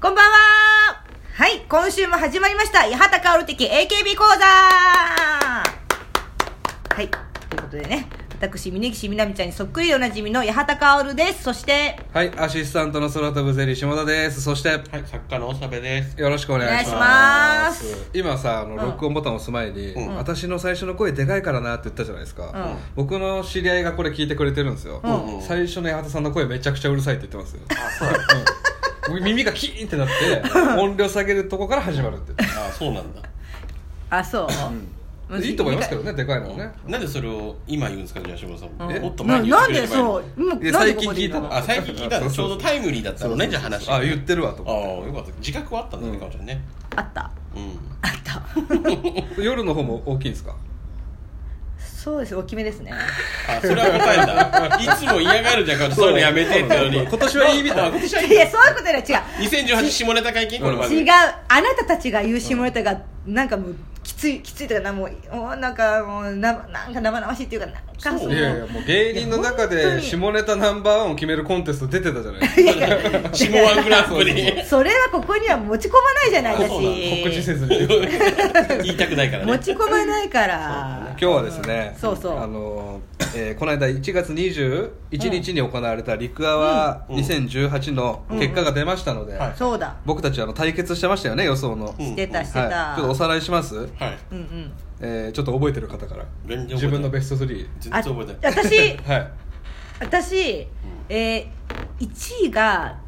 こんばんははい、今週も始まりました、八幡薫的 AKB 講座はい、ということでね、私、峯岸みなみちゃんにそっくりでおなじみの八幡薫です。そして、はい、アシスタントの空飛ぶゼリー下田です。そして、はい、作家のおしゃべです。よろしくお願いしおま願いしますす。今さ、あの、録音ボタンを押す前に、うん私の最初の声でかいからなって言ったじゃないですうかん。僕の知り合いがこれ聞いてくれてるんですよ。うん最初の八幡さんの声めちゃくちゃうるさいって言ってますよ。あ、そうなんだ。僕耳がキーンってなって、音量下げるとこから始まるって言っあ、そうなんだ。あ、そう、て。いいと思いますけどね、でかいのはね。なんでそれを今言うんですか、じゃあ、しぼさん。えもっとな前に言なってんくれでればいいのそに。うもういやなんでここで最近聞いたののあ、最近聞いたそのうちそうょうどタイムリーだったのね、じゃあ話。。あ、言っててるわとああ、思よかった。自覚はあったんだうね、んかおちゃんね。あったうん。あったって。夜の方も大きいんですかそうです大きめですねあ、それは答え だ。いつも嫌がるじゃん、かおちゃん。そういうのやめてってのに。今年はいいみたいあ今年はいいいやそういうことよりは違う2018下ネタ解禁これまで。違うあなたたちが言う下ネタがなんかもうきついきついとかなもうおなんかもうななんか生々しいっていうかなんかそうそいのやいや、もう芸人の中いや本で当に下ネタナンバーワンを決めるコンテスト出てたじゃないですか。下ワングランプリ。それはここには持ち込まないじゃないあそうなの告知私せずに。 言いたくないからね。持ち込まないから今日はですね、そうそうあの、えーこの間1月21日に行われたリクアワうんー2018の結果が出ましたので、んはいそうだ僕たちあの対決してましたよね予想の、うんしてたしてはい、たちょっとおさらいします、はい。うんうんえーちょっと覚えてる方から全然覚えてない自分のベスト3全あ然覚えてない。私はい私、えー、1位が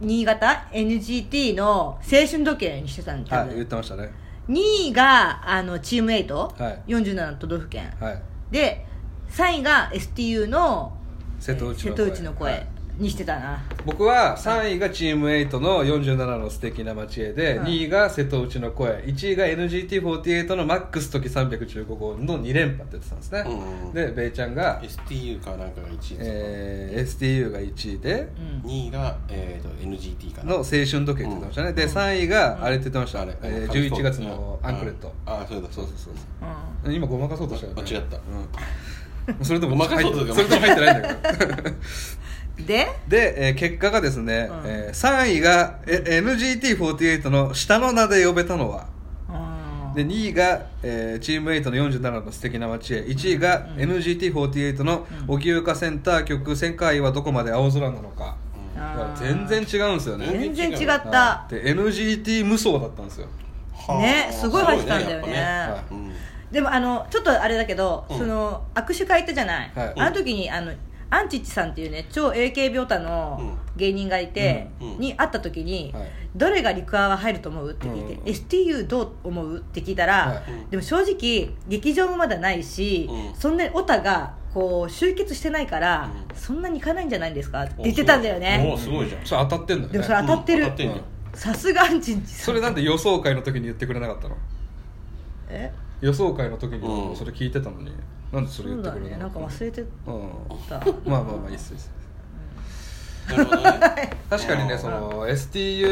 新潟 NGT の青春時計にしてたんだはいけ言っどてましたね2位があのチーム8、はい47都道府県、はいで3位が STU の瀬戸内のえー瀬声,、戸内の声、はいにしてたな僕は3位がチーム8の47の素敵な町へで、うん2位が瀬戸内の声1位が NGT48 のマックス時315号の2連覇って言ってたんですね、うんうんでベイちゃんが、 STU かなんかが1位ですかえー STU が1位でうん2位が、えー、と NGT かなの青春時計って言ってましたね、で3位があれって言ってました、あれえー11月のアンクレット、ああそうだそうそうだそうそうそううん今ごまかそうとしたよ、ね、あ違ったうん、それでもごまかそうとしたそれでも入ってないんだけどでで、えー結果がですね、うんえ3位がえ NGT48 の下の名で呼べたのはうんで2位が、えーチーム8の47の素敵な街へ1位が NGT48 の荻生かセンター曲「世界はどこまで青空なのか」うんあー全然違うんですよね全然違っはたいで NGT 無双だったんですよはあねすごい走ったんだよねすごいやっはぱねでもあのちょっとあれだけど、うんその握手会行ったじゃない、はいあの時にあのアンチッチさんっていうね超 AKB オタの芸人がいて、うんうんに会った時に、はいどれがリクアは入ると思う?」って聞いて「うん STU どう思う?」って聞いたら、はいうんでも正直劇場もまだないし、うんそんなにオタがこう集結してないから、うんそんなに行かないんじゃないんですかってうん言ってたんだよおねすごいじゃんそれ当たってんだよねでもそれ当たってるうん当たってんじゃんさすがアンチッチさそんれなんで予想会の時に言ってくれなかったのえ予想会の時うにんそれ聞いてたのに、なんでそれそ言うってだくれねなかなっんかたの忘れてう たん、まあまあまあいいっすいいっすなるほどね確かにねうんその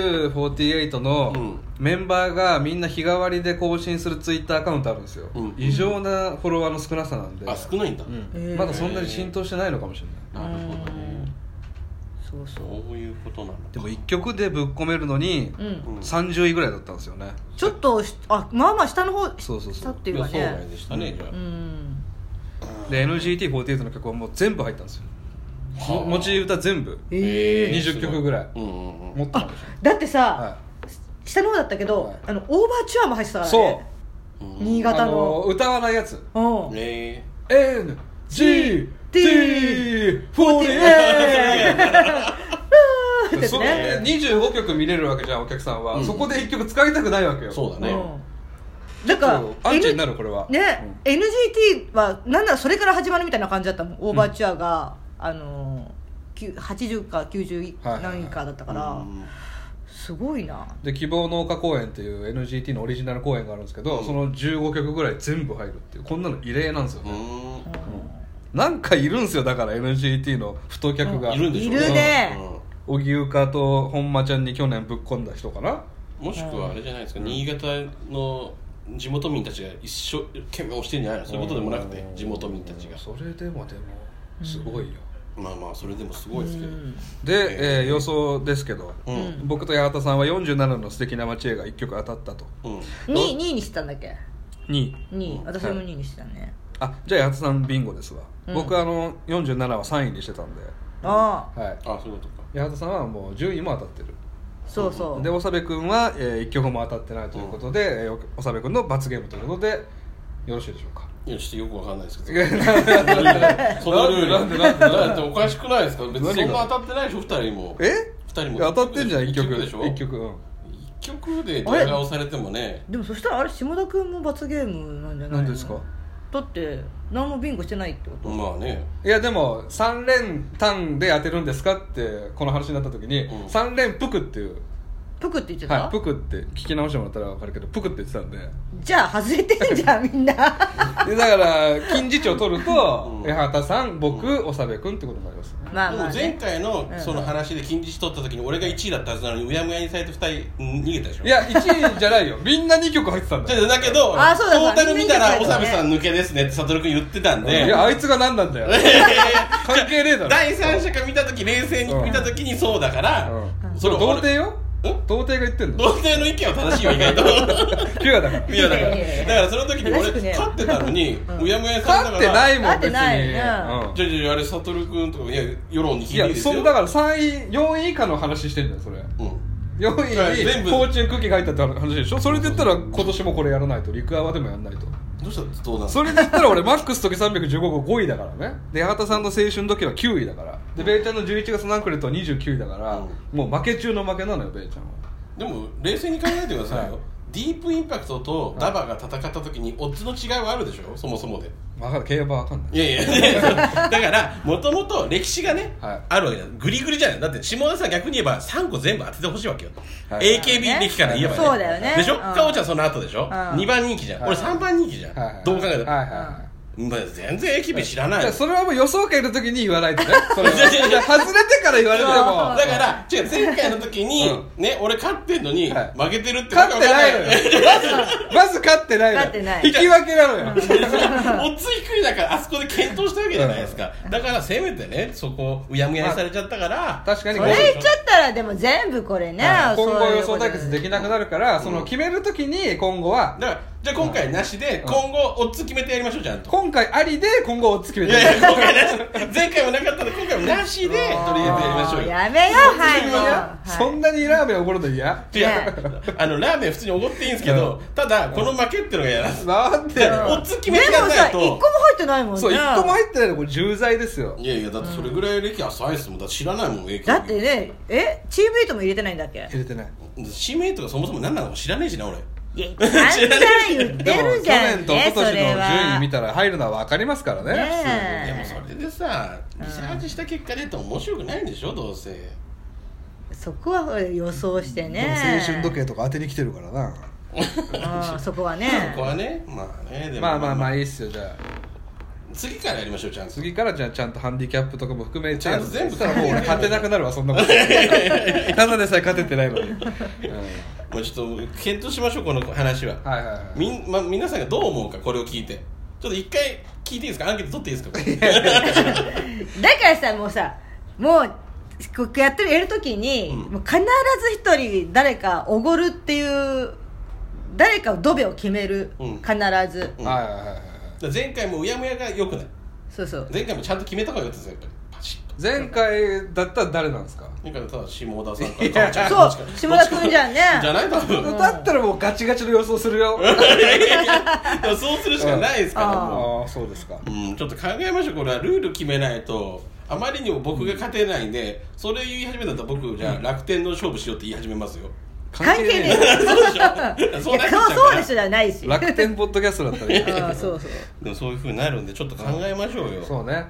STU48 のうんメンバーがみんな日替わりで更新するツイッターアカウントあるんですよ、うん異常なフォロワーの少なさなんで、あ少ないんだ、うんへーまだそんなに浸透してないのかもしれないなるほどねそうそうそういうことなのでも1曲でぶっ込めるのにうんうん30位ぐらいだったんですよねちょっとしあまあまあ下の方そうそうそう下って予いうか想外ねでしたねじゃあ、うんで NGT48 の曲はもう全部入ったんですよはあ持ち歌全部ええ20曲ぐらいうんうんうん持ってたんでしだってょ、さは下の方だったけど、はいあのオーバーチュアも入ってたい、からそうねうん新潟あのの歌わないやつうんえ NGT48 ってそねれ25曲見れるわけじゃんお客さんは、うんそこで1曲使いたくないわけよー、そうだね、うんだからそうアンチにな N- るこれはね、NGT はなんならそれから始まるみたいな感じだったもんオーバーチュアが、あのきゅ80か90はいはいはい何かだったから、うんすごいなで希望農家公演っていう NGT のオリジナル公演があるんですけど、うんその15曲ぐらい全部入るっていうこんなの異例なんですよね、うんなんかいるんですよだから NGT の太客がいるんでしょういるね荻生かと本間ちゃんに去年ぶっ込んだ人かなうんもしくはあれじゃないですか、新潟の地元民たちが一生懸命押してるんじゃないのそういうことでもなくて地元民たちがそれでもでもすごいよ、まあまあそれでもすごいですけど、うんで、えーえー予想ですけど、うん僕と八幡さんは47の素敵な街へが1曲当たったとうん2位2位にしてたんだっけ2 2位うん私も2位にしてたねあじゃあ八幡さんビンゴですわ、うん僕あの47は3位にしてたんで、ああはい、あそういうことか八幡さんはもう10位も当たってるそうそうで長部君は、え1曲も当たってないということで、えー長部君の罰ゲームということでよろしいでしょうかいやちょっとよくわかん ないですけ どえそんなルールなんでなんでなんでだっておかしくないですか別に何がそんな当たってないでしょ2人も二人も当たってんじゃん1曲一曲でしょ一曲うん一曲で動画をされてもねでもそしたらあれ下田君も罰ゲームなんじゃないの何ですかだって何もビンゴしてないってことまあねいやでも3連単で当てるんですかってこの話になった時に、うん三3連プクっていう、プクって言ってた、はい、プクって聞き直してもらったら分かるけどプクって言ってたんでじゃあ外れてんじゃんみ んなでだから近似値を取るとうん八幡さん僕長部君ってことになりますまあでまもあ、前ね、回のその話で金利取った時に俺が1位だったはずなのにうやむやにされて2人逃げたでしょいや1位じゃ ないよみんな2曲入ってたんだじよゃあだけどトあそうだそうだータル見たらみんおなさ見べてたよさん抜けですねって悟君言ってたんでいやあいつが何なんだよ関係ねえだろ 第三者が見た時冷静に見た時にそうだから、うんそそれれ童貞よえ童貞が言ってんの童貞の意見は正しいよ意外 とピュアだからいやだいかやいやいやらだからその時に正しくね俺勝ってたのにうやむやさんだから勝ってないも勝んって別ないにうんうんじゃあじゃあじゃああれ悟君とかいや世論にい聞いていいやですそようだから3位4位以下の話してんだよそれうん4は位い全に部フォーチュンクッキーが入ったって話でしょそれで言ったら今年もこれやらないと陸アワでもやらないとどうしたどうなんそれで言ったら俺マックス時315号5位だからねで八幡さんの青春時は9位だからでベイちゃんの11月のアンクレットは29位だから、うんもう負け中の負けなのよベイちゃんはでも冷静に考えてくださいよ、はいディープインパクトとダバが戦った時にオッズの違いはあるでしょそもそもで分かる競馬わかんないいやいやだからもともと歴史がね、はいあるわけじゃんグリグリじゃないだって下田さん逆に言えば3個全部当ててほしいわけよ、はい AKB 歴から言えばねそうだよねでしょ、うんかおちゃんその後でしょ、うん2番人気じゃん、はい俺3番人気じゃん、はいはいどう考えたら、はいはいはいまあ、全然 AKB 知らないじゃあそれはもう予想外の時に言わないとねそれ はいやいやいや外れてから言われてもそうだから違う前回の時に、うね俺勝ってんのに、はい負けてるって勝ってないのよよまず勝ってないのよ勝ってない引き分けなのよ おついくりだからあそこで検討したわけじゃないですかだからせめてねそこうやむやにされちゃったから確かにそれ言っちゃったらでも全部これね、はいそう今後い予うこ想と対決できなくなるから、その決める時に今後はだからじゃあ今回なしでうん今後オッズ決めてやりましょうちゃんと今回ありで今後お付き合いでいやいや今回なし前回もなかったので今回もなしでとりあえずやりましょうよやめようはいもうはい そんなにラーメンおごるの嫌いやあのラーメン普通におごっていいんですけどただこの負けってのがやらすなんでやオッズ決めてやんないとでもさ1個も入ってないもんねそう一個も入ってないのこれ重罪ですよいやいやだってそれぐらい歴浅いですもんだって知らないもん影響だってねえチームエイトも入れてないんだっけ入れてないシメイトがそもそも何なのか知らねえしな俺いや散々言ってでもる去じゃん年とね今年そのれ順位は見たら入るのは分かりますからねねでもそれでさリサーチした結果でと面白くないんでしょどうせそこは予想してでねも青春時計とか当てに来てるからなうんそこはねそこはねまあねでもまあまあまあいいっすよじゃあ次からやりましょうちゃんと次からじゃあちゃんとハンディキャップとかも含めてちゃんと全部したらもう俺勝てなくなるわそん なことただでさえ勝ててないのに、うんもうちょっと検討しましょうこの話は、はいはいはいみんまあ、皆さんがどう思うかこれを聞いてちょっと一回聞いていいですかアンケート取っていいです かだからさもうさもうこうやってるやるときに、うんもう必ず一人誰かおごるっていう誰かをドベを決める、うん必ず、うんはいはいはいはい前回もうやむやがよくないそうそう前回もちゃんと決めた方がよかったですよやっぱりパシッと前回だったら誰なんですか、前回もただ下田さんいかやらそうどっち下か田君じゃんねじゃない多分だったらもうガチガチの予想するよで もそうするしかないですからうんもうああそうですかうん、ちょっと考えましょうこれはルール決めないとあまりにも僕が勝てないんでそれ言い始めたら僕じゃあ楽天の勝負しようって言い始めますよ関係ねええそうでしょそそううなっちゃうそうかでらしょじゃないし楽天ポッドキャストだったらいい うんそうそうでもそういうふうになるんでちょっと考えましょうよそうね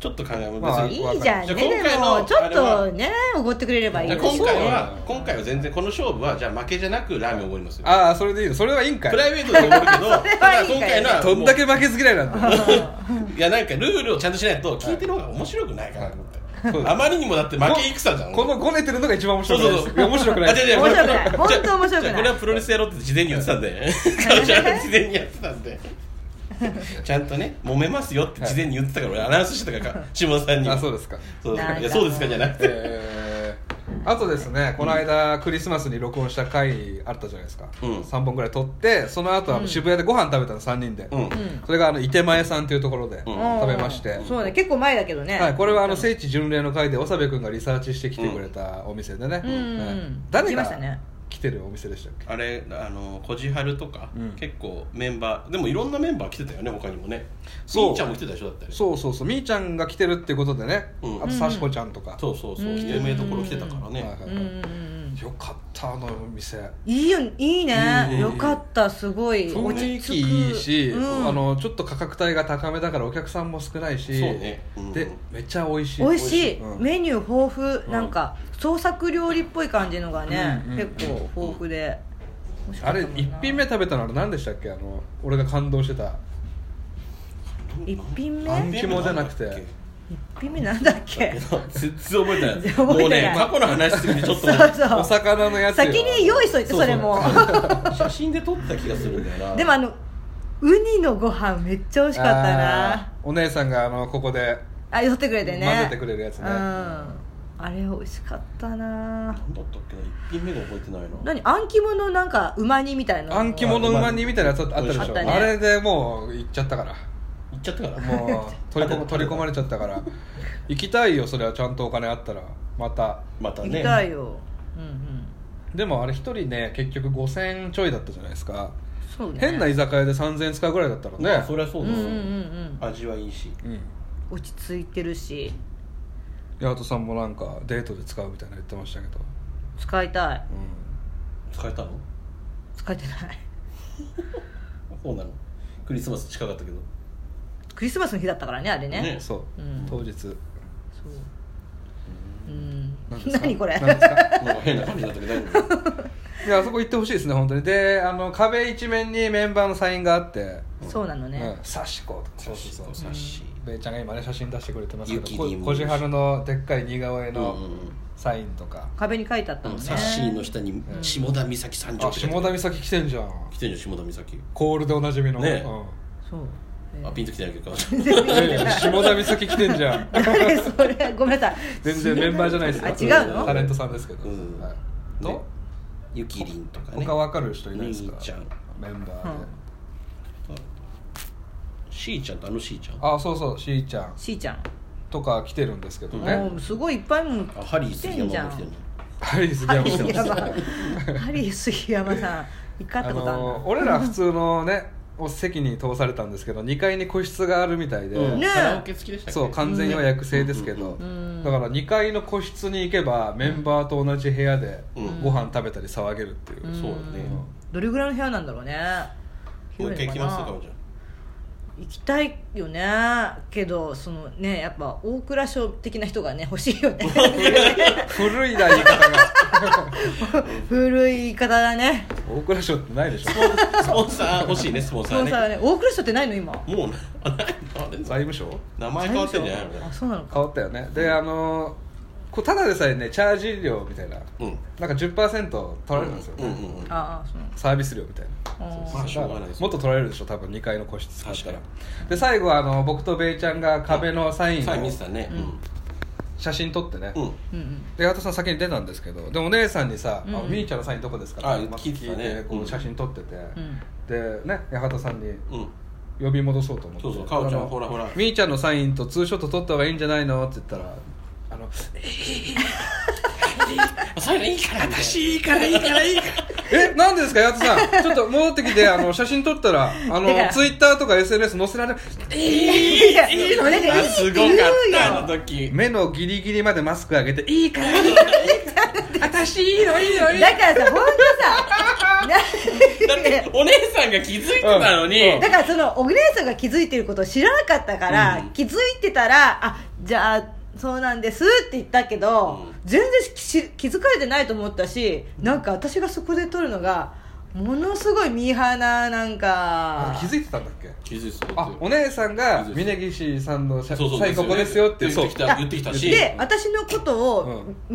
ちょっと考えましょう、まあ別いにいじゃんじねゃあ今で回ものちょっあとれねおごってくれればいいじゃあでし今回ねは今回は全然この勝負はじゃあ負けじゃなくラーメンおごりますよああそれでいいのそれはいいんかプラいイベートでお ごるけどただいいんか今い回のはもどうんだけ負けず嫌いなんだよいやなんかルールをちゃんとしないと聞いてる方が面白くないかなと思って、はいあまりにもだって負け戦じゃんこのごねてるのが一番面そ白くないうそうでそうすいや面白くないあ違う違う面白くないじゃ本あ当面白くないじゃあこれはプロレスやろうって事前に言ってたんで彼女は事前にやってたんでちゃんとね揉めますよって事前に言ってたから、俺アナウンスしてたから下田さんにあそうでですかそうですなんだかいやそうですかじゃなくてえーあとですねこの間クリスマスに録音した回あったじゃないですか、うん3本ぐらい撮ってその後は渋谷でご飯食べたの3人で、うん、うんそれがあの伊手前さんというところで、うん食べましてそうね結構前だけどねはい、これはあの聖地巡礼の会で長部君がリサーチしてきてくれたお店でね、うんうんはいうん誰来ましたがね来てるお店でしたっけあれあのこじはるとか、うん結構メンバーでもいろんなメンバー来てたよね他にもねそうみーちゃんも来てたでしょだったりそうそうそうみーちゃんが来てるってことでね、うんあとさしこちゃんとか、そうそうそううん有名どころ来てたからね、はいはいうんうんうんよかったあのお店いいよいいねいいねよかったすごい落雰ち囲着く気いいし、うんあのちょっと価格帯が高めだからお客さんも少ないしそうねうんでめっちゃ美味しい美味しいうんメニュー豊富なんか創作料理っぽい感じのがねうんうんうん結構豊富で美味しかあったれもんな1品目食べたのあれ何でしたっけあの俺が感動してた一品目あん肝じゃなくてな一んだっけ品目なんだっけ全然覚えてな い全然覚もうえてねない過去の話すぎてちょっとそうねそうお魚のやつよ先に用意しといてううそれも 写真で撮った気がするんだよなでもあのウニのご飯めっちゃ美味しかったあなーお姉さんがあのここであ寄ってくれてね混ぜてくれるやつねうんあれ美味しかったな何だったっけな一品目が覚えてないな何あん肝のなんかうま煮みたいなあん肝のうま煮みたいなやつあったでしょあったねあれでもう行っちゃったから行っちゃったからもう取り込ま取り込まれちゃったから行きたいよそれはちゃんとお金あったらまたまた行ねきたいようんうんでもあれ一人ね結局5000ちょいだったじゃないですか、そうね変な居酒屋で3000使うぐらいだったらまあねそりゃそううんうでんすうんようん味はいいしうん落ち着いてるし八幡さんもなんかデートで使うみたいなの言ってましたけど、使いたいうん、使えたの使えてないそうなのクリスマス近かったけどクリスマスの日だったからねあれねねそうう、ん当日そううん何ですか何これ何ですかなんか変な感じだったけど大丈夫いやあそこ行ってほしいですね本当にであの壁一面にメンバーのサインがあってそうなの「ねうん、サシコ」とかそうそうそうサッシベイちゃんが今ね写真出してくれてますけユキどリこンもこじはるのでっかい似顔絵ーうんうのんうんサインとか、壁に書いてあったもんねサッシーの下に下田美咲三条あって書いて下あ田る美咲来てんじゃん来てんじゃん下田美咲コールでおなじみの、ねそう あピンときてないけどうん、ね 下田美咲来てんじゃん誰 それごめんなさい全然メンバーじゃないですよあ違うのタレントさんですけど、うんはい、と、ねゆきりんとかね他わかる人いないですかみーちゃんメンバーで、しーちゃんとあのしーちゃんあそうそうしーちゃんしーちゃんとか来てるんですけどね、もうすごいいっぱいもうあハリー杉山来も来ててるんのはい杉山来て ますハリー杉山さん一回会あったことあるのー俺ら普通のねお席に通されたんですけど2階に個室があるみたいで、うんねカラオケ好きでしたっけそう完全予約制ですけど、だから2階の個室に行けばメンバーと同じ部屋でうんご飯食べたり騒げるっていう、うんそうだねどれぐらいの部屋なんだろうねもう一回行きますか広いのかもちゃん行きたいよねけどそのねやっぱ大蔵省的な人がね欲しいよね 古いな言い方が 古い言い方だね大蔵省ってないでしょスポンサー欲しいねスポンサそうさーねね大蔵省ってないの今もうなあないあれ財務省名前変わってんじゃないあそうなのか変わったよねであのーこうただでさえねチャージ料みたいなのうんなんか10%取られるんですよ、ねうんうんうんああそうなのサービス料みたいなあまあーしょうがないですもっと取られるでしょ多分2階の個室確かにで最後はあの僕とベイちゃんが壁のサインさあを見せたね写真撮ってね、うんうんうんうんで八幡さん先に出たんですけどでお姉さんにさ「うんあみーちゃんのサインどこですか?」あってまあ聞いてたね聞いてこうんう写真撮ってて、うんでね八幡さんにうん呼び戻そうと思ってそうそうかおちゃあんのほらほらみーちゃんのサインとツーショット撮った方がいいんじゃないのって言ったら「あのそれいいから私いいからいいからいいからえなんでですか八幡さんちょっと戻ってきてあの写真撮ったらあ のだからツイッターとか SNS 載せられるいやいいのねあすごか言うったあのよ時目のギリギリまでマスク上げて「いいからいいから私いいのいいのいいのだからさ本当ださっなてお姉さんが気づいてたのにだからそのお姉さんが気づいてることを知らなかったから、うん気づいてたらあじゃあそうなんですって言ったけど、うん全然し気づかれてないと思ったしなんか私がそこで撮るのがものすごいミーハーななんか気づいてたんだっけ気づいてあお姉さんがそうそう峯岸さんのシャそうそうサイコパですよっていう言ってきたいや言ってきたしで私のことうを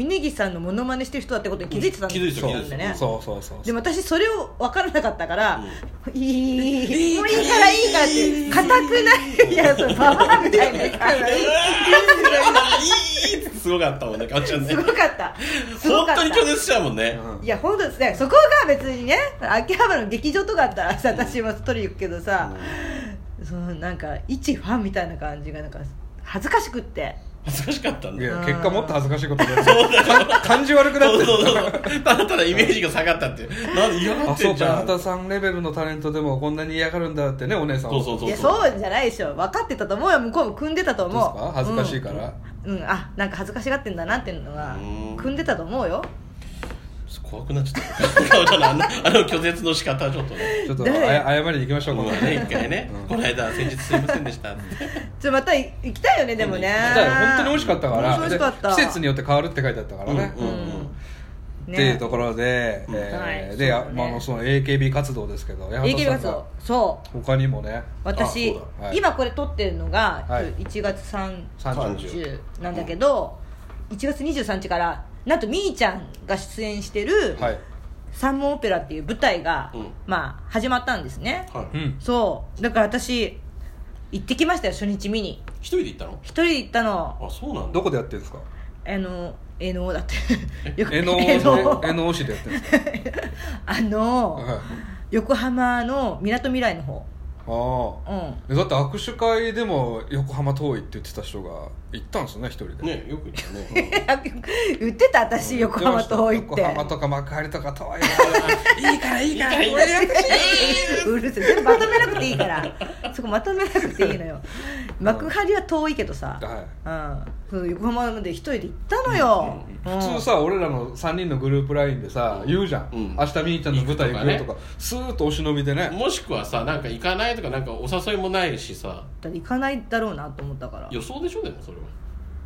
ん峯岸さんのモノマネしてる人だってことに気づいてたん気づいてそたう気づでいすてよたねそうそうそうでも私それを分からなかったから「いいいいもういいからいいから」って硬くないいやそれババアみたいなからいいいいってすごかったもんねかおちゃんねすごかったすご本かっ当に拒た絶しちゃうもんねうんいや本当ですねそこが別にね秋葉原の劇場とかあったらさ私も取り行くけどさ、そのなんか一ファンみたいな感じがなんか恥ずかしくって恥ずかしかったんいだよやうん結果もっと恥ずかしいことだよ感じ悪くなっそうてそるうそうそうただただイメージが下がったっていうなんで嫌があってそうんじかゃあんなたさんレベルのタレントでもこんなに嫌がるんだってねお姉さんそうそうそういやそうじゃないでしょ分かってたと思うよ向こうも組んでたとどう思ですうか恥ずかしいうんから、うん、あなんか恥ずかしがってんだなっていうのがうん組んでたと思うよ怖くなっちゃったかおちゃんのあのあの拒絶の仕方ちょっとねちょっと誰あや謝りに行きましょうもこうのね一回ねうんこの間先日すいませんでしたってちょまたい行きたいよねでもね行だから本当に美味しかったから美味しかったで季節によって変わるって書いてあったからね、うんうんってねいうところで、うんえーはいで、そうあだねまああのその AKB 活動ですけど八幡 AKB さん活が動そう他にもね私あそうだはい今これ撮ってるのがはい1月3 30 0なんだけど、1月23日からなんとみーちゃんが出演してるはい、 「三門オペラ」っていう舞台が、うんまあ始まったんですね、はういん、そうだから私行ってきましたよ初日見に一人で行ったの一人で行ったのあそうなんだどこでやってるんですかあのえのだって よく江ノえの江ノ市でやってるんですかあの、はいあ横浜のみなとみらいの方あうん えだって握手会でも横浜遠いって言ってた人が行ったんですよね一人でねよく行ったね言ってたうん私横浜遠いっ横て浜とか幕張とか遠い いいからいいからいいからうるせえ全部まとめなくていいからそこまとめなくていいのよ幕張は遠いけどさな、、はうん、そいう横浜まで一人で行ったのよ、 うん普通さ俺らの3人のグループラインでさ言うじゃん、うん明日みーちゃんの舞台行くよとかスーッとお忍びでねもしくはさなんか行かないとかなんかお誘いもないしさだって行かないだろうなと思ったから予想でしょでもそれは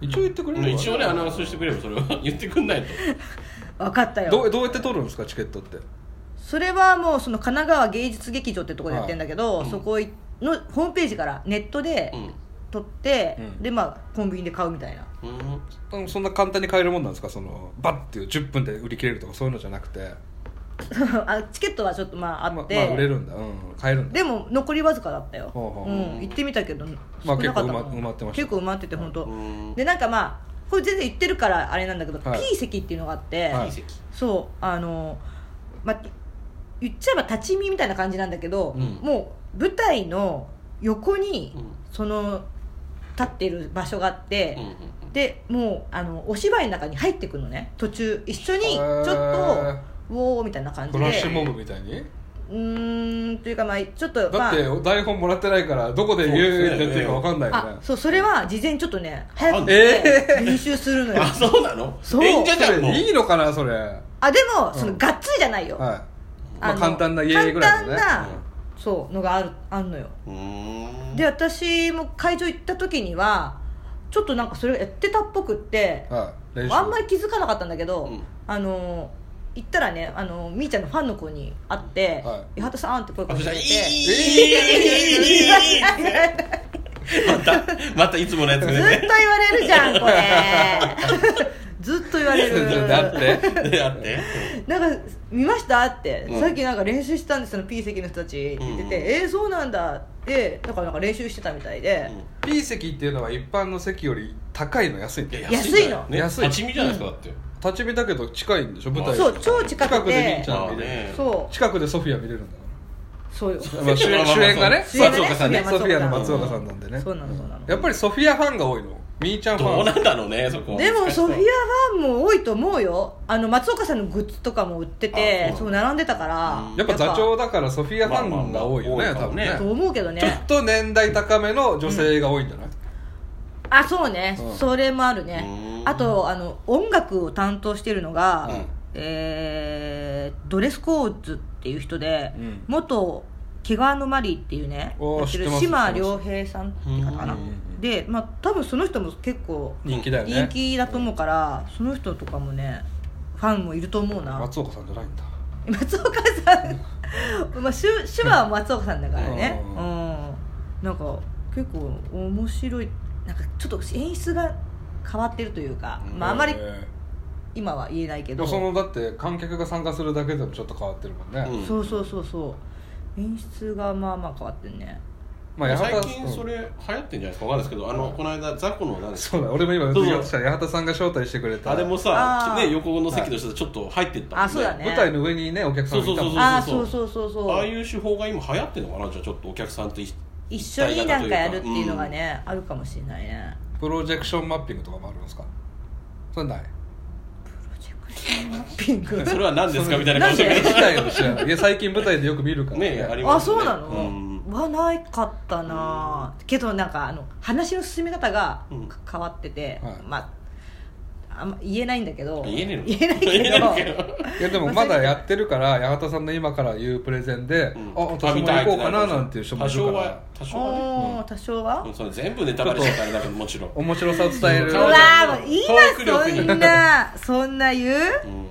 一応言ってくれるわね一応ねアナウンスしてくれればそれは言ってくんないと分かったどようどうやって取るんですかチケットってそれはもうその神奈川芸術劇場ってとこでやってんだけど、はいうんそこいのホームページからネットでう撮って、うんでまあコンビニで買うみたいなんうんうんそんな簡単に買えるもんなんですかそのバッていう10分で売り切れるとかそういうのじゃなくて あチケットはちょっとまああまあっ、て、まあ売れるんだうん買えるんだでも残りわずかだったよ、ほうほううん、行ってみたけど、ま少あなかった結構かな埋ま埋まってました結構埋まってて本当、うんでなんかまあこれ全然言ってるからあれなんだけど、はい P 席っていうのがあって、はいいい席そうあのまあ言っちゃえば立ち見みたいな感じなんだけど、うんもう舞台の横に、うんその立っている場所があってうんうん、でもうあのお芝居の中に入ってくのね途中一緒にへちょーっとウォーみたいな感じフでラッシュモブみたいにうーんというかまあちょっとまだあって台本もらってないからどこで言うってやってるか分かんないよあねそうそれは事前にちょっとね早くえね練習するのよあそうなのそう演者じゃんそもうれいいのかなそれはいあでも、うんそのがっつりじゃないよ、まああの簡単なイエーイぐらいのね簡単な、そうのがあるあんのようーんで私も会場行った時にはちょっとなんかそれやってたっぽくってうんはい練習あんま り気づかなかったんだけど、うんあの行ったらねあのみーちゃんのファンの子に会って「は八幡さん」って声かあけそてしくれたらいていいまたまたいつものやつずがっとね言われるじゃんこれずっと言われるだ って であってなんか見ましたって、うんさっきなんか練習したんですその P 席の人たちって言ってて、うんえー、そうなんだってだからなんか練習してたみたいで、 P 席っていうのは一般の席より高いの安いんだよや安いのね安い立ち見じゃないですかだって立ち見だけど近いんでしょ舞台そう超近近くくでみてーちゃん見れるんそう近くでソフィア見れるんだかそうよら、まあ、主演主演がね主演がね松岡さんねまあソフィアの松岡さんなんでねそうなのそうなのやっぱりソフィアファンが多いのみーちゃんフどうなァンんだろうねそこでもソフィアファンも多いと思うよあの松岡さんのグッズとかも売ってあそうなてのそう並んでたからうんやっぱ座長だからソフィアファンが多いよまねあまあまあ多分多いかねと思うけどねちょっと年代高めの女性が多いんじゃない、あそうね、うんそれもあるねうんあとあの音楽を担当してるのが、うんえードレスコーズっていう人で、うん元毛皮のマリーっていうねおーやって知ってるます島良平さんっていう方かなうんうんうんでまあ多分その人も結構人気だよ人ね気だと思うから、その人とかもねファンもいると思うな松岡さんじゃないんだ松岡さん まあ手手話は松岡さんだからねううんなんか結構面白いなんかちょっと演出が変わってるというか、まあ、あまりえ今は言えないけーでどもそのだって観客が参加するだけでもちょっと変わってるもんね、うんそうそうそうそう演出がまあまあ変わってんねまあ、八最幡近それ流行ってんじゃないですかわかんないですけどあのこの間雑魚の何ですかそうだ俺も今そうそう言おうとしたら八幡さんが招待してくれたあれもあさ、ーね、横の席の人たちちょっと入ってったもん、あそうだね舞台の上にねお客さんがいたもんそうああそうそうそうそうああいう手法が今流行ってるのかなじゃあちょっとお客さんと一一緒になんかやるっていうのがね、あるかもしれないねプロジェクションマッピングとかもあるんですかそれないプロジェクションマッピングそれは何ですかみたいななん顔してでる自体を知らないいや最近舞台でよく見るからねえありあますねそうなの、うんはないかったな、けどなんかあの話の進め方がうんか変わってて、はいまああんま言えないんだけど言えねえの言えないけど言えないけどいやでもまだやってるから八幡さんの今から言うプレゼンで、うんあ私も行こうかななんていう人も多いるか少はら多少はねおー多少は、うんそれ全部ネタバレしちゃったらあれだけどもちろん、面白さを伝えるううわんーもういいトーク力になそんなそんな言ううん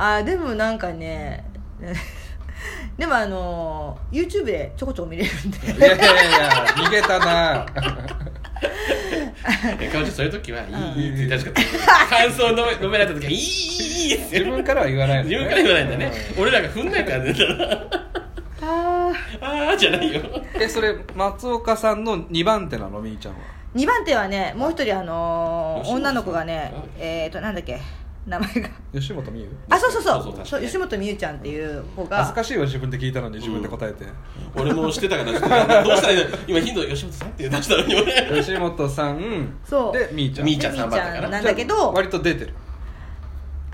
あーでもなんかね でもあのー YouTube でちょこちょこ見れるんでいやいやいや逃げたなえ彼女そういう時はいいいいって確かに感想を述べ述べられた時はいいいいいいって自分からは言わないの自分から言わないんだね、俺らが踏んないからねあああじゃないようんえそれ松岡さんの2番手なのみーちゃんは2番手はねもう一人あのー吉本さん女の子がねはいえっ、ー、となんだっけ名前が吉本美優あそうそうそうそうそうそう吉本美優ちゃんっていう子恥ずがかしいわ自分で聞いたのに自分で答えて、俺もしてたからどうしたらいいの今頻度吉本さんって出したのに俺吉本さんそうでみーちゃんみーちゃんさんばっかみーちゃかんななんだけじゃあど割と出てる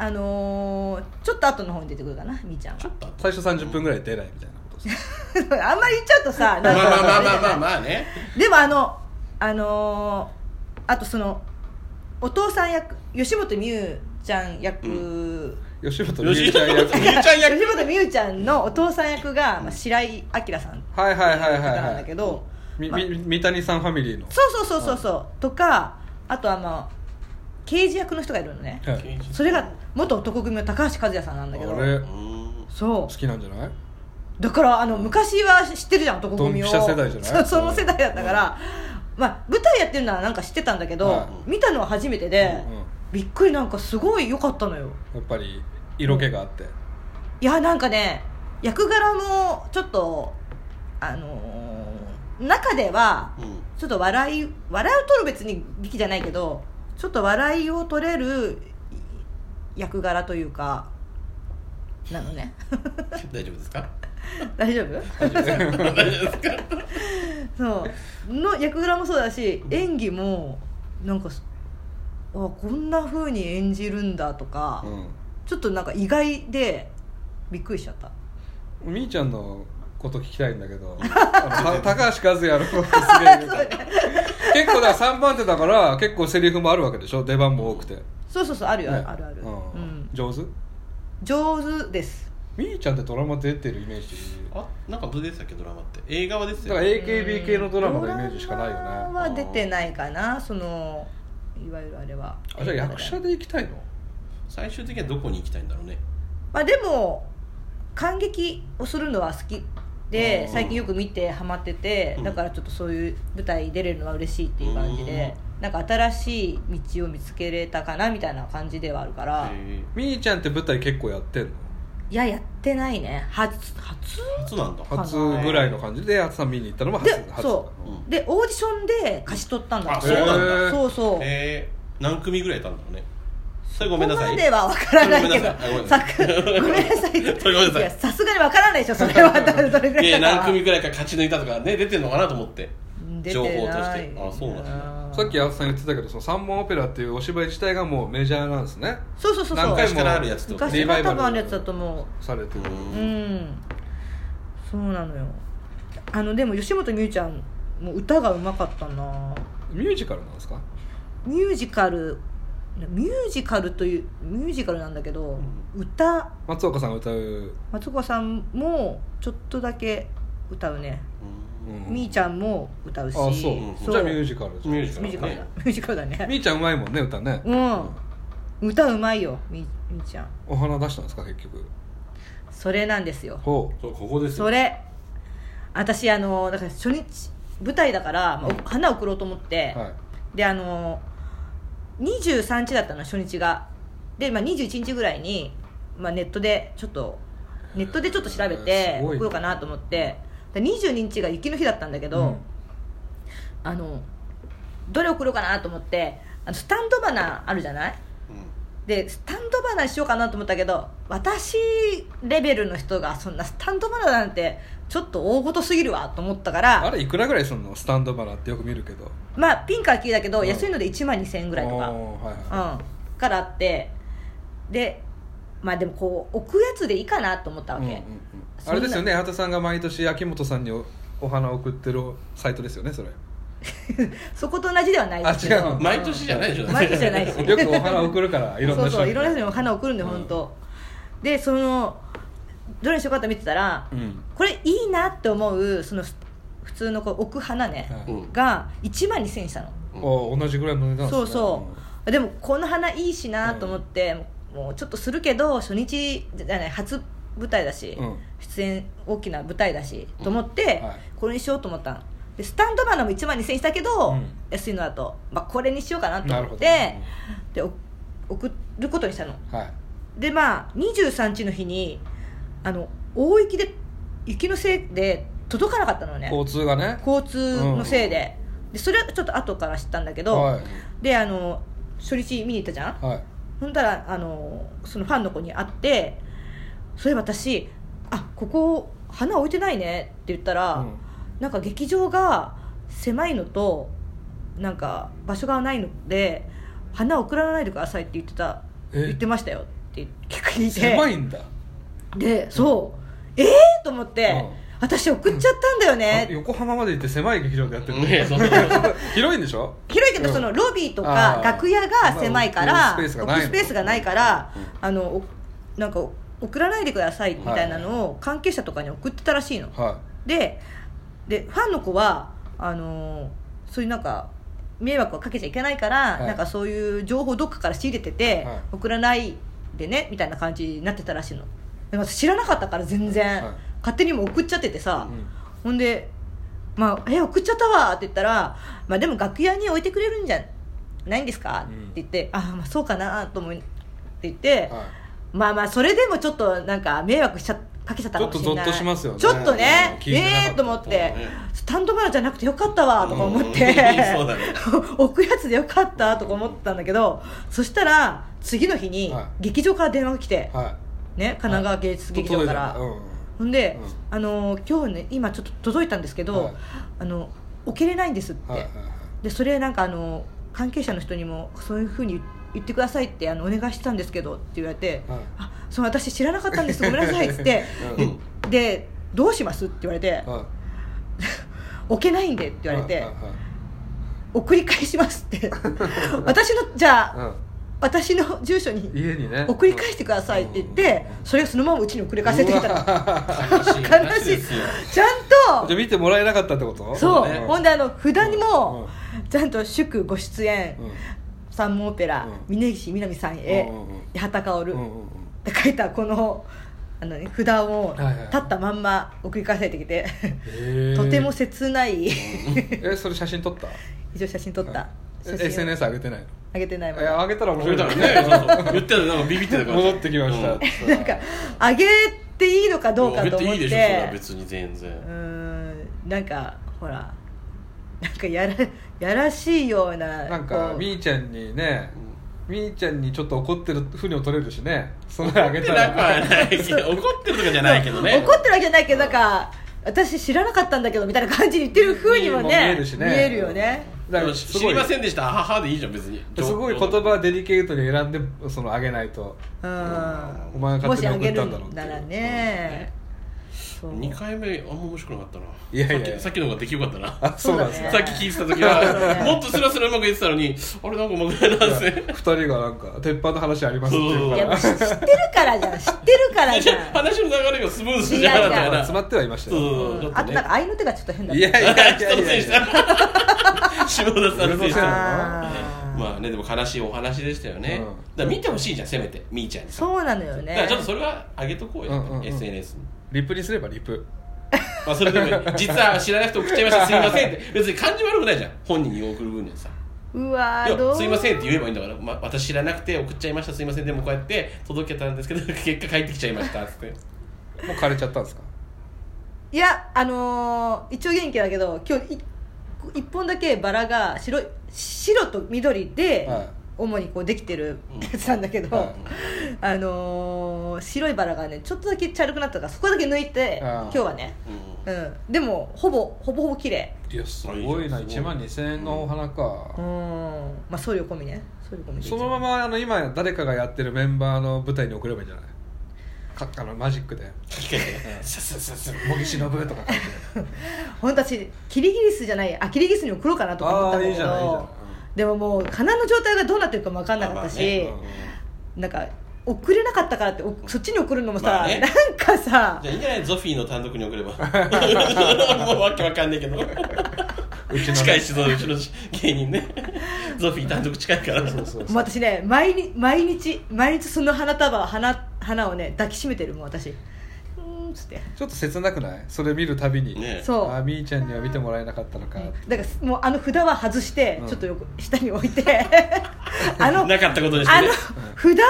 あのー、ちょっと後の方に出てくるかなみーちゃんは最初30分ぐらい出ないみたいなことですね あんまり言っちゃうとさなまあんまかあまあまあまああまあねでもあのあのー、あとそのお父さん役吉本美優ちゃん役、吉本美吉優ちゃん本役ゆうちゃん役吉本美優ちゃんのお父さん役が、まあ、白井明さんってはいはいはいはい方なんはだけいどみまあみ三谷さんファミリーのそうそうそうそうそう、とかあとはまあ刑事役の人がいるのね、はいそれが元男組の高橋和也さんなんだけどあれうんそ好きなんじゃない、うだからあの昔は知ってるじゃん男組をドンピシャ世代じゃないそその世代だったから、まあ、舞台やってるのはなんか知ってたんだけど、は見たのは初めてで、うん、やびっくりなんかすごい良かったのよっぱり色気があって、いやなんかね役柄もちょっとあのー中ではうんちょっと笑い笑いを取る別に劇じゃないけどちょっと笑いを取れる役柄というかなのね大丈夫ですか 大丈夫大丈夫ですかそうの役柄もそうだし演技もなんかすあこんな風に演じるんだとか、ちょっとなんか意外でびっくりしちゃったうん、みーちゃんのこと聞きたいんだけどあのた高橋和也のことすげえ言うから結構だから3番手だから結構セリフもあるわけでしょ出番も多くて、そうそうそうあるよ、ねあるある、うんうん、上手上手ですみーちゃんってドラマ出てるイメージあなんかどうでしたっけドラマって映画はですだよからね AKB 系のドラマのイメージしかないよねドラマは出てないかなそのいわゆるあれはあじゃあ役者で行きたいの最終的にはどこに行きたいんだろうねまあでも感激をするのは好きでうん最近よく見てハマっててうんだからちょっとそういう舞台に出れるのは嬉しいっていう感じでなんか新しい道を見つけれたかなみたいな感じではあるからへみーちゃんって舞台結構やってんのいややってないね初初え初なんだな初ぐらいの感じで初さん見に行ったのも初で初そうんでオーディションで勝ち取ったんだあそうなんだへーそうそうえー、何組ぐらいいたんだろうねそれごめんなさここいまではわからないけどごめん なささいくごめんなさいごめんなさいやさすがにわからないでしょそれはどれぐらいいやだかは何組ぐらいか勝ち抜いたとかね出てんのかなと思って出情報てとしないてあそうなんださっきあつさん言ってたけどその三門オペラっていうお芝居自体がもうメジャーなんですねそうそうそうそう何回昔もからあるやつってこと昔リのバイバ多ル分あるやつだと思されてるうううんんそうなのよあのでも吉本美優ちゃんも歌がうまかったなミュージカルなんですかミュージカルミュージカルというミュージカルなんだけど、歌松岡さんが歌う、松岡さんもちょっとだけ歌うね、うんみーちゃんも歌うしあそううんじゃあミュージカルじゃんミューミュージカジカルルだだミュージカルだねみーちゃんうまいもんね歌ねうん歌うまいよみみーちゃんお花出したんですか結局それなんですよほそうここですよそれ私あのだから初日舞台だから、まあお花を送ろうと思って、うはいであの23日だったの初日がで、まあ、21日ぐらいに、まあ、ネットでちょっとネットでちょっと調べえーてすごいね送ろうかなと思ってで22日が雪の日だったんだけど、うんあのどれ送ろうかなと思ってあのスタンド花あるじゃないうんでスタンド花にしようかなと思ったけど私レベルの人がそんなスタンド花なんてちょっと大ごとすぎるわと思ったからあれいくらぐらいすんのスタンドバナってよく見るけどまあピンからキリだけど、うん安いので1万2000円ぐらいとか、おーはいはうん、からあってでまあでもこう置くやつでいいかなと思ったわいけ、うんうんうんそんなあれですよね畑さんが毎年秋元さんにおお花を送ってるサイトですよねそれそこと同じではないですけどあ違うの毎年じゃないでしょ毎年じゃないです よくお花送るからいろんなそう人そういろんな人ににお花を送るんでうん本当、でそのどれにしようかって見てたら、うんこれいいなって思うその普通のこう置く花ね、はいうんが1万2000円したの、お同じぐらいの値段ですねそうそうでもこの花いいしなと思って、もうちょっとするけど初日じゃない初舞台だし、うん出演大きな舞台だし、うんと思って、はいこれにしようと思ったのでスタンド花も1万2000円したけど、うん安いのだと、まあ、これにしようかなとなる思ほっどて、でお送ることにしたのはいでまあ23日の日にあの大雪で雪のせいで届かなかったのね交通がね交通のせいで,、でそれはちょっと後から知ったんだけど、はいであの初日見に行ったじゃんはいほんだらあのそのファンの子に会って「そういえば私あここ花置いてないね」って言ったら、うんなんか劇場が狭いのとなんか場所がないので花送らないでくださいって言ってたえ言ってましたよって聞いて狭いんだでそう、ええー、と思って、うん私送っちゃったんだよねあ横浜まで行って狭い劇場でやってるの ねそんなこと 広いんでしょ広いけどうんそのロビーとあかー楽屋が狭いからまあ置く置くススペペースがないのースがないからうんあのおなんか送らないでくださいみたいなのを関係者とかに送ってたらしいのはででファンの子はあのーそういうなんか迷惑はかけちゃいけないから、はいなんかそういう情報をどっかから仕入れてて、はい送らないでねみたいな感じになってたらしいのでも私知らなかったから全然、はい勝手にもう送っちゃっててさ、うんほんで「まあ、え送っちゃったわ」って言ったら「まあ、でも楽屋に置いてくれるんじゃないんですか?」うっんて言って「ああまあそうかな」と思いって言って、いはいまあまあそれでもちょっとなんか迷惑しちゃかけちゃったかもしれないちょっとゾッとしますよねちょっとね聞いてなかったええーと思って、そうねスタンドバラじゃなくてよかったわとか思って、うんそ うだね置くやつでよかったとか思ったんだけど、そしたら次の日にはい劇場から電話が来て、はね神奈川芸術い劇場から、届いたんだほんで、うんあのー今日ね今ちょっと届いたんですけど、はいあの置けれないんですって、うんはいはいはいでそれなんかあの関係者の人にもそういうふうに言ってくださいってあのお願いしたんですけどって言われて「はいあそう私知らなかったんですごめんなさい」っつってう「んでどうします?」って言われてはい「置けないんで」って言われてはいはいはい「送り返します」って私のじゃあう私の住所んに家にね送り返してくださいって言ってそれをそのままうちに送り返せてきた の悲しい悲話しいですよちゃうんんじとゃあ見てもらえなかったってことそう、ねほんであの札にもうちゃんと祝ご出演、うんサンモオペラ、うん峯岸みなみさんへ、うんうんうん八幡薫、うんうんうっんて書いたこのあの、ね、札をいはいはい立ったまんま送り返されてきて、へーとても切ない えそれ写真撮った一応写真撮った、え写真を SNS 上げてない上げてないのもいやん上げたら面そ白れいだねろうねそうそう言ってたのなんかビビってたから戻ってきましたうんなんか上げていいのかどうかと思っいてや別にいいでしょそれは別に全う然ーんなんかほらなんかやらやらしいようななんかこうみーちゃんにねみーちゃんにちょっと怒ってるふうにも撮れるしねそれ怒あっげてたならくはないけど怒ってるとかじゃないけどね怒ってるわけじゃないけどなんか私知らなかったんだけどみたいな感じに言ってる風にも見えねるしねるよねだでからも知りませんでした母でいいじゃん別にすごい言葉をデリケートに選んでそのあげないとうんお前がも勝し手にあ送げったるんだろうっんてならねそう2回目あんま面白くなかったないやいやさっきさっきの方が出来よかっ たなあそうなんですそうかだねさっき聞いてた時そうねはもっとスラスラうまく言ってたのにあれなんかうまくないなっいやて二人がなんか鉄板の話ありますっていいうかやらもう知ってるからじゃん知ってるからじゃん話の流れがスムーズじゃなかった違う違うまかあら詰まってはいましたそうよそうそうあとなんか合いの手がちょっと変だいやいやいやいや人のせいにした下田さんのせいにしたあまあねでも悲しいお話でしたよね、うんだから見てほしいじゃんせめてみーちゃんにさそうなのよだねからちょっとそれはあげとこうよ、やっぱりうんうんうん SNS に、リップにすればリップまあ、それでもいい実は知らなくて送っちゃいましたすいませんって別に感じ悪くないじゃん本人に送る分にはさうわいーどやうすいませんって言えばいいんだから、ま、私知らなくて送っちゃいましたすいませんでもこうやって届けたんですけど 結果帰ってきちゃいましたっつってもう枯れちゃったんですかいやあのー一応元気だけど今日い一本だけバラが白い白と緑で、はい主にこうできてるうんやつなんだけど、はあのー白いバラがねちょっとだけ茶色くなったからそこだけ抜いてあー今日はね、うんうん、でもほぼほぼほぼ綺麗いやすごいなあいいじ1ゃん万2000円のお花かうん、まあ送料込みね送料込みでそのままあの今誰かがやってるメンバーの舞台に送ればいいんじゃないかあのマジックで確かにねささささ「茂木忍」とか書いて本当私キリギリスじゃないあキリギリスに送ろうかなとか思ったんだけどあーいいじゃないいいじゃないでももう花の状態がどうなってるかも分かんなかったし、まあまあねうんなんか送れなかったからっておそっちに送るのもさ、まあねなんかさじゃあいいんじゃないゾフィーの単独に送ればもうわけわかんないけどうちのね近いしそのうちの芸人ねゾフィー単独近いからそうそうもう私ね毎日毎日毎日その花束花花をね抱きしめてるもん私うーんっつってちょっと切なくないそれ見るたびに、ねそうあみーちゃんには見てもらえなかったのかだからもうあの札は外して、うんちょっとよく下に置いて あのあのなかったことにしてね札を見る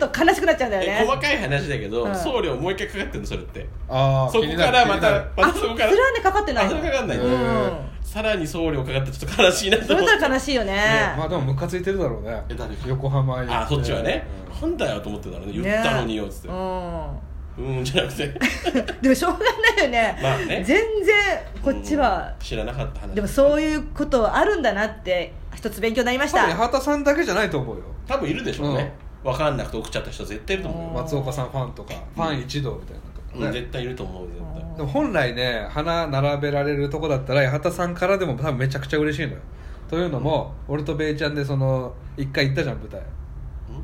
と悲しくなっちゃうんだえよ細ねかい話だけど、うん送料もう一回かかってるのそれってあーそこからま気になたるまあたそそれこはからねかかってないあそれかかんないうんさらに送料かかってちょっと悲しいなそと思れってなら悲しいよね気になるまあでもムカついてるだろうねえ誰が横浜にあそっちはね、うんなんだよと思ってたのね言ったのによっつって、ねうんじゃなくてうんでもしょうがないよね,、まあ全ね然こっちはうん、知らなかった話でもそういうことあるんだなって一つ勉強になりまし多た分八幡さんだけじゃないと思うよ多分いるでしょうね、わ分かんなくて送っちゃった人絶対いると思うよ、松岡さんファンとかファン一同みたいなとか、ねうん、絶対いると思う絶対うんでも本来ね花並べられるとこだったら八幡さんからでも多分めちゃくちゃ嬉しいのよというのも、俺とベイちゃんでその一回行ったじゃん舞台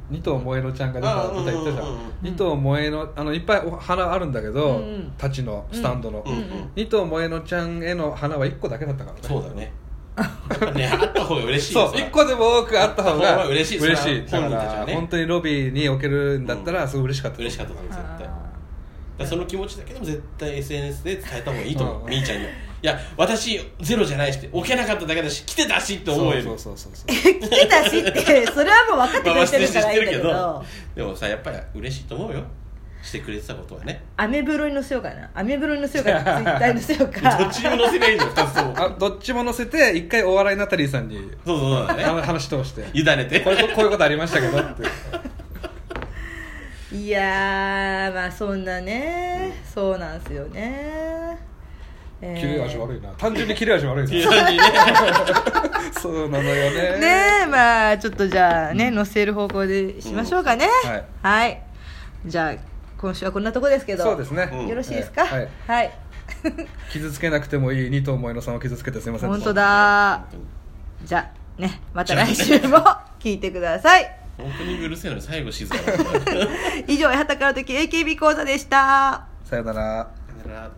二頭萌えのちゃんが出あたー舞台行ったじゃんうんうんうんうん二頭萌えのあのいっぱいお花あるんだけど、うんうん立ちのスタンドの、うんうん二頭萌えのちゃんへの花は一個だけだったからねそうだねやっぱねあった方が嬉しいそう一個でも多くあった方あった方がが嬉しい嬉そしれいはだか本人たちらはね本当にロビーに置けるんだったらすごい嬉しかった嬉しかっったと思う絶対だかあらその気持ちだけでも絶対 SNS で伝えた方がいいと思う、うんみーちゃんにはいや私ゼロじゃないしって置けなかっただけだし来てたしって思そうえるそうそうそうそうー来てたしって それはもう分かってまあくまあれて知るっからいいてんだるけけどどでもさやっぱり嬉しいと思うよしてくれてたことはねアメブロに載せようかなアメブロに載せようかなツイッターに載せよう どかっちにも載せりゃいいの2つともあどっちも乗せて一回お笑いナタリーさんにそうそうそうだね話通して委ねてこういうここういうことありましたけど っていやーまあそんなね、そうなんすよね、えー切れ味悪いな単純に切れ味悪っていいう感じねなそうなのよねねえまあちょっとじゃあね載せる方向でしましょうかね、うんはいはいじゃあ今週はこんなとこですけどそうですねうんよろしいですか、ええはい、傷つけなくてもいい二頭萌えのさんを傷つけてすいませんで本した当だじゃあねまた来週も聞いてくださいオープニングうるせえのに最後静か以上八幡からの時 AKB 講座でしたさよならだな